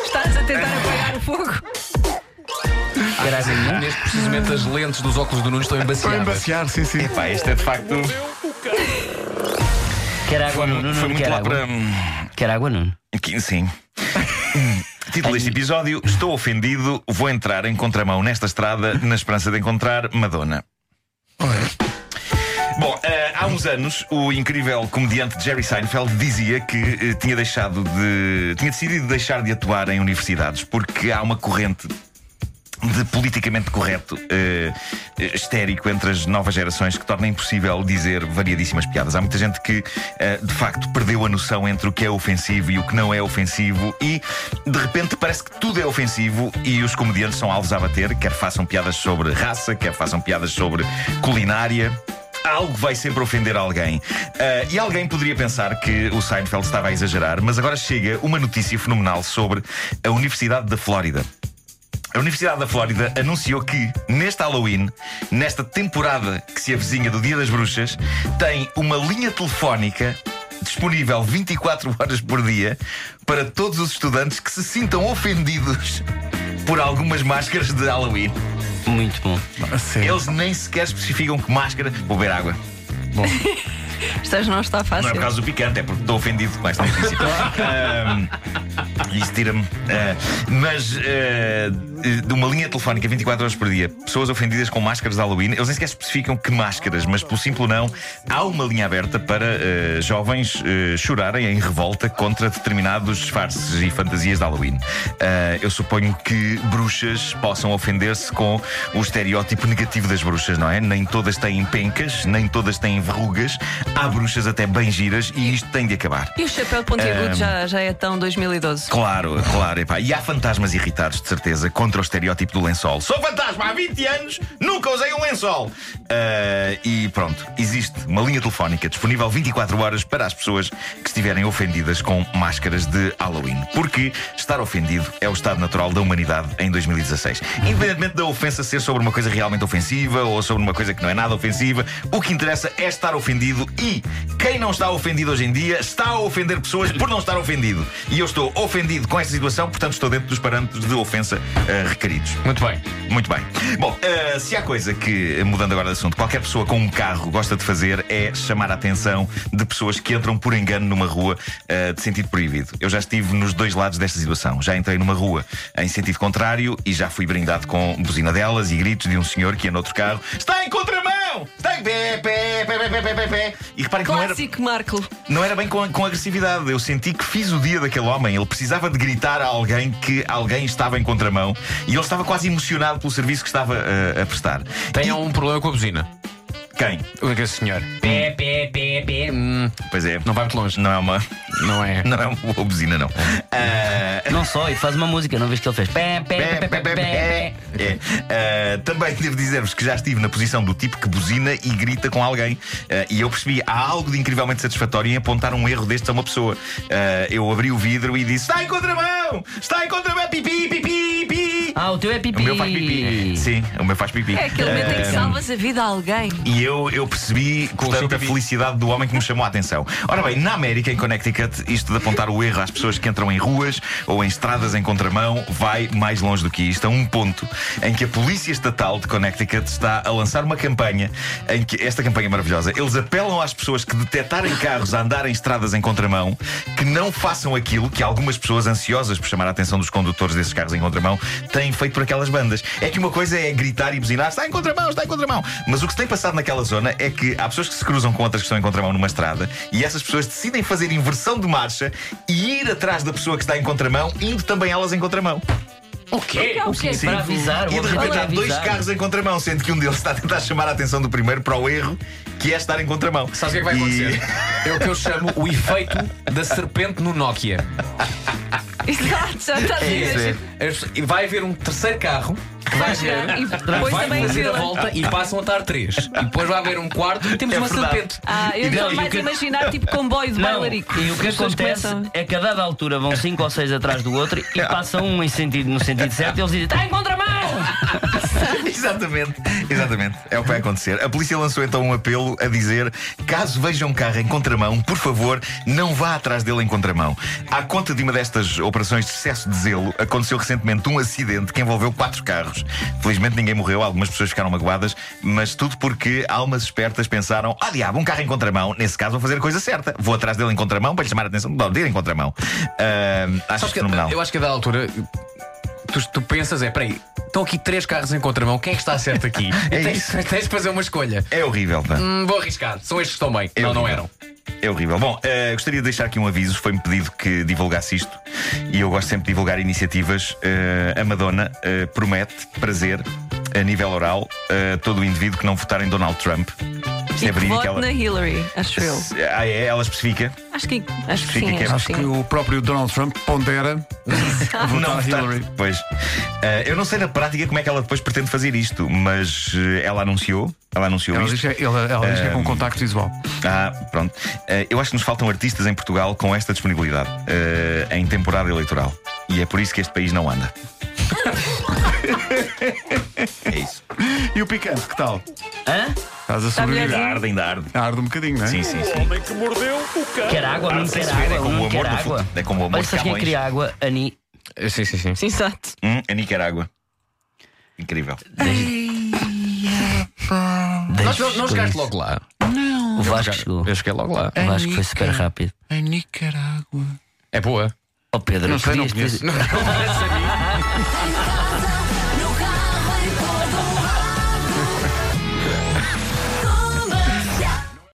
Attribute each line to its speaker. Speaker 1: a tentar apagar o fogo.
Speaker 2: Caralho, neste precisamente as lentes dos óculos do Nuno estão
Speaker 3: Para
Speaker 2: embaciadas.
Speaker 3: embaciar, sim, sim.
Speaker 4: Pá, isto é de facto.
Speaker 5: Quer água,
Speaker 4: Foi, mu-
Speaker 5: Nuno?
Speaker 4: foi
Speaker 5: Nuno,
Speaker 4: muito
Speaker 5: quer
Speaker 4: lá
Speaker 5: água?
Speaker 4: para. hum,
Speaker 5: Quer água, Nuno?
Speaker 4: que- Sim. Título deste episódio: Estou ofendido, vou entrar em contramão nesta estrada na esperança de encontrar Madonna. Bom, eh, há uns anos, o incrível comediante Jerry Seinfeld dizia que eh, tinha deixado de. tinha decidido deixar de atuar em universidades porque há uma corrente de politicamente correto eh, eh, histérico entre as novas gerações que torna impossível dizer variadíssimas piadas. Há muita gente que, eh, de facto, perdeu a noção entre o que é ofensivo e o que não é ofensivo e, de repente, parece que tudo é ofensivo e os comediantes são alvos a bater, quer façam piadas sobre raça, quer façam piadas sobre culinária. Algo vai sempre ofender alguém. Ah, e alguém poderia pensar que o Seinfeld estava a exagerar, mas agora chega uma notícia fenomenal sobre a Universidade da Flórida. A Universidade da Flórida anunciou que, neste Halloween, nesta temporada que se avizinha do Dia das Bruxas, tem uma linha telefónica disponível 24 horas por dia para todos os estudantes que se sintam ofendidos por algumas máscaras de Halloween.
Speaker 5: Muito bom.
Speaker 3: A sério.
Speaker 4: Eles nem sequer especificam que máscara. Vou beber água.
Speaker 1: Estás não está
Speaker 4: Não
Speaker 1: fácil.
Speaker 4: é por causa do picante, é porque estou ofendido com esta notícia. Ahm, Isso tira-me. Ah, mas ah, de uma linha telefónica 24 horas por dia, pessoas ofendidas com máscaras de Halloween, eles nem sequer especificam que máscaras, mas pelo simples não, há uma linha aberta para ah, jovens ah, chorarem em revolta contra determinados disfarces e fantasias de Halloween. Ah, eu suponho que bruxas possam ofender-se com o estereótipo negativo das bruxas, não é? Nem todas têm pencas, nem todas têm verrugas, há bruxas até bem giras e isto tem de acabar.
Speaker 1: E o chapéu
Speaker 4: Ehm,
Speaker 1: pontiagudo já, já é tão 2012.
Speaker 4: Claro, claro, epá. E há fantasmas irritados, de certeza, contra o estereótipo do lençol. Sou fantasma há 20 anos, nunca usei um lençol. Ah, e pronto, existe uma linha telefónica disponível 24 horas para as pessoas que estiverem ofendidas com máscaras de Halloween. Porque estar ofendido é o estado natural da humanidade em 2016. Independentemente da ofensa ser sobre uma coisa realmente ofensiva ou sobre uma coisa que não é nada ofensiva, o que interessa é estar ofendido e quem não está ofendido hoje em dia está a ofender pessoas por não estar ofendido. E eu estou ofendido com esta situação, portanto estou dentro dos parâmetros de ofensa ah, requeridos.
Speaker 2: Muito bem.
Speaker 4: Muito bem. Bom, ah, se há coisa que, mudando agora de assunto, qualquer pessoa com um carro gosta de fazer é chamar a atenção de pessoas que entram por engano numa rua ah, de sentido proibido. Eu já estive nos dois lados desta situação. Já entrei numa rua em sentido contrário e já fui brindado com buzina delas e gritos de um senhor que ia noutro carro. Está em contramão! Está em pé, pé, pé, pé, pé, pé, pé, pé. E reparem é que não era,
Speaker 1: Clássico Marco.
Speaker 4: não era bem com, com agressividade. Eu senti que fiz o dia daquele homem. Ele precisava de gritar a alguém que alguém estava em contramão e ele estava quase emocionado pelo serviço que estava eh, a prestar.
Speaker 2: Tenham um problema com a buzina.
Speaker 4: E quem?
Speaker 2: O que é esse senhor? Pé, pé, pé, pé. Hum,
Speaker 4: Pois é,
Speaker 2: Não vai muito longe.
Speaker 4: não é uma,
Speaker 2: Não é?
Speaker 4: não é uma boa buzina, não. Ah,
Speaker 5: Não só, e faz uma música, não vês que ele fez? Pé, pé, pé, pé, pé, pé.
Speaker 4: É. Ah, também devo dizer-vos que já estive na posição do tipo que buzina e grita com alguém. Ah, e eu percebi, há algo de incrivelmente satisfatório em apontar um erro destes a uma pessoa. Ah, eu abri o vidro e disse: Está em contramão! Está em contramão! É Pipi, pipi, pipi!
Speaker 5: Ah, o teu é
Speaker 4: O
Speaker 5: pipi.
Speaker 4: meu faz pipi. Sim, o meu faz pipi.
Speaker 1: É aquele momento em que
Speaker 4: Ah,
Speaker 1: salvas a vida a alguém.
Speaker 4: E eu, eu percebi,
Speaker 2: o
Speaker 4: portanto,
Speaker 2: seu
Speaker 4: a
Speaker 2: pipi.
Speaker 4: felicidade do homem que me chamou a atenção. Ora bem, na América, em Connecticut, isto de apontar o erro às pessoas que entram em ruas ou em estradas em contramão vai mais longe do que isto. A um ponto em que a Polícia Estatal de Connecticut está a lançar uma campanha em que, esta campanha é maravilhosa, eles apelam às pessoas que detectarem carros a andar em estradas em contramão que não façam aquilo que algumas pessoas ansiosas por chamar a atenção dos condutores desses carros em contramão têm feito por aquelas bandas. É que uma coisa é gritar e buzinar, está em contramão, está em contramão. Mas o que se tem passado naquela zona é que há pessoas que se cruzam com outras que estão em contramão numa estrada e essas pessoas decidem fazer inversão de marcha e ir atrás da pessoa que está em contramão, indo também elas em contramão.
Speaker 5: O quê?
Speaker 1: É
Speaker 5: O quê?
Speaker 4: Sim.
Speaker 5: é Para avisar, o
Speaker 4: E de
Speaker 5: outro
Speaker 4: repente
Speaker 5: para
Speaker 4: há dois
Speaker 5: avisar.
Speaker 4: carros em contramão, sendo que um deles está a tentar chamar a atenção do primeiro para o erro, que é estar em contramão.
Speaker 2: Sabes o que é que vai
Speaker 4: E-
Speaker 2: acontecer? É o que eu chamo o efeito da serpente no Nokia.
Speaker 1: Exato, já está a
Speaker 4: É
Speaker 1: dizer.
Speaker 2: As- e Vai haver um terceiro carro que vai chegar
Speaker 1: E depois
Speaker 2: vai
Speaker 1: também
Speaker 2: fazer a
Speaker 1: fila.
Speaker 2: volta e passam a estar três. E depois vai haver um quarto e temos
Speaker 4: É
Speaker 2: uma
Speaker 4: verdade.
Speaker 2: serpente.
Speaker 1: Ah, eu estou
Speaker 4: e o
Speaker 1: mais
Speaker 4: que-
Speaker 1: a imaginar tipo comboio de
Speaker 5: Não, e
Speaker 1: bailarico.
Speaker 5: o que
Speaker 1: As pessoas
Speaker 5: acontece
Speaker 1: começam-
Speaker 5: é que a dada altura vão cinco ou seis atrás do outro e passam um em sentido, no sentido certo e eles dizem: Está em contramão!
Speaker 4: Exatamente, exatamente. É o que vai acontecer. A polícia lançou então um apelo a dizer: caso veja um carro em contramão, por favor, não vá atrás dele em contramão. À conta de uma destas operações de excesso de zelo, aconteceu recentemente um acidente que envolveu quatro carros. Felizmente ninguém morreu, algumas pessoas ficaram magoadas, mas tudo porque almas espertas pensaram: ah, diabo, um carro em contramão, nesse caso vou fazer a coisa certa. Vou atrás dele em contramão para lhe chamar a atenção de ir em contramão. Ah, acho
Speaker 2: Sabes que
Speaker 4: fenomenal.
Speaker 2: eu acho que a dada altura tu, tu pensas, é, peraí, estão aqui três carros em contramão, quem é que está certo aqui?
Speaker 4: É
Speaker 2: tens,
Speaker 4: isso.
Speaker 2: tens de fazer uma escolha.
Speaker 4: É horrível, pá.
Speaker 2: Hum, vou arriscar, são estes que estão bem.
Speaker 4: É
Speaker 2: não, não
Speaker 4: horrível.
Speaker 2: eram.
Speaker 4: É horrível. Bom, eh, gostaria de deixar aqui um aviso. Foi-me pedido que divulgasse isto e eu gosto sempre de divulgar iniciativas. Eh, a Madonna eh, promete prazer a nível oral a todo o indivíduo que não votar em Donald Trump. Isto
Speaker 1: E que
Speaker 4: verídico,
Speaker 1: tipo, vote
Speaker 4: é ela-
Speaker 1: na Hillary, acho eu.
Speaker 4: Ah, é? Ela especifica?
Speaker 1: Acho que, acho que
Speaker 4: Fica
Speaker 1: sim,
Speaker 4: que é
Speaker 1: acho
Speaker 3: Acho
Speaker 1: que
Speaker 3: que
Speaker 1: sim.
Speaker 3: o próprio Donald Trump pondera
Speaker 4: não
Speaker 3: votar
Speaker 4: votar.
Speaker 3: Hillary.
Speaker 4: Pois. Eh, eu não sei na prática como é que ela depois pretende fazer isto, mas eh, ela anunciou. Ela anunciou
Speaker 3: Ela
Speaker 4: isto.
Speaker 3: diz, que é- ela- ela diz que é com contacto visual.
Speaker 4: Ah, pronto. Eh, eu acho que nos faltam artistas em Portugal com esta disponibilidade eh, em temporada eleitoral. E é por isso que este país não anda. é isso.
Speaker 3: E o picante, que tal?
Speaker 5: Hã?
Speaker 3: Estás
Speaker 5: É
Speaker 3: a
Speaker 4: Ainda
Speaker 3: sobreviver.
Speaker 1: melhor.
Speaker 4: arde, ainda arde.
Speaker 3: Arde um bocadinho, não é?
Speaker 4: Sim, sim, sim.
Speaker 5: Quer água? Não
Speaker 4: Ah, sem
Speaker 5: quer
Speaker 4: se ver,
Speaker 5: água.
Speaker 4: é
Speaker 5: não
Speaker 4: como o amor,
Speaker 5: quer
Speaker 4: no
Speaker 5: água.
Speaker 4: fundo. É como o amor
Speaker 5: Olha,
Speaker 4: de
Speaker 5: sabes quem
Speaker 4: Camões.
Speaker 5: queria água? Ani.
Speaker 2: Sim, sim, sim.
Speaker 1: Exato.
Speaker 4: Hum, a Nicarágua. Incrível.
Speaker 2: Nós,
Speaker 5: Deixa
Speaker 2: não, não chegaste logo lá.
Speaker 5: O Vasco chegou.
Speaker 2: Eu cheguei logo lá.
Speaker 5: O Vasco foi super rápido.
Speaker 3: Em Nicarágua.
Speaker 2: É boa.
Speaker 5: Oh Pedro,
Speaker 3: Não sei, não
Speaker 5: podias-
Speaker 3: conheço.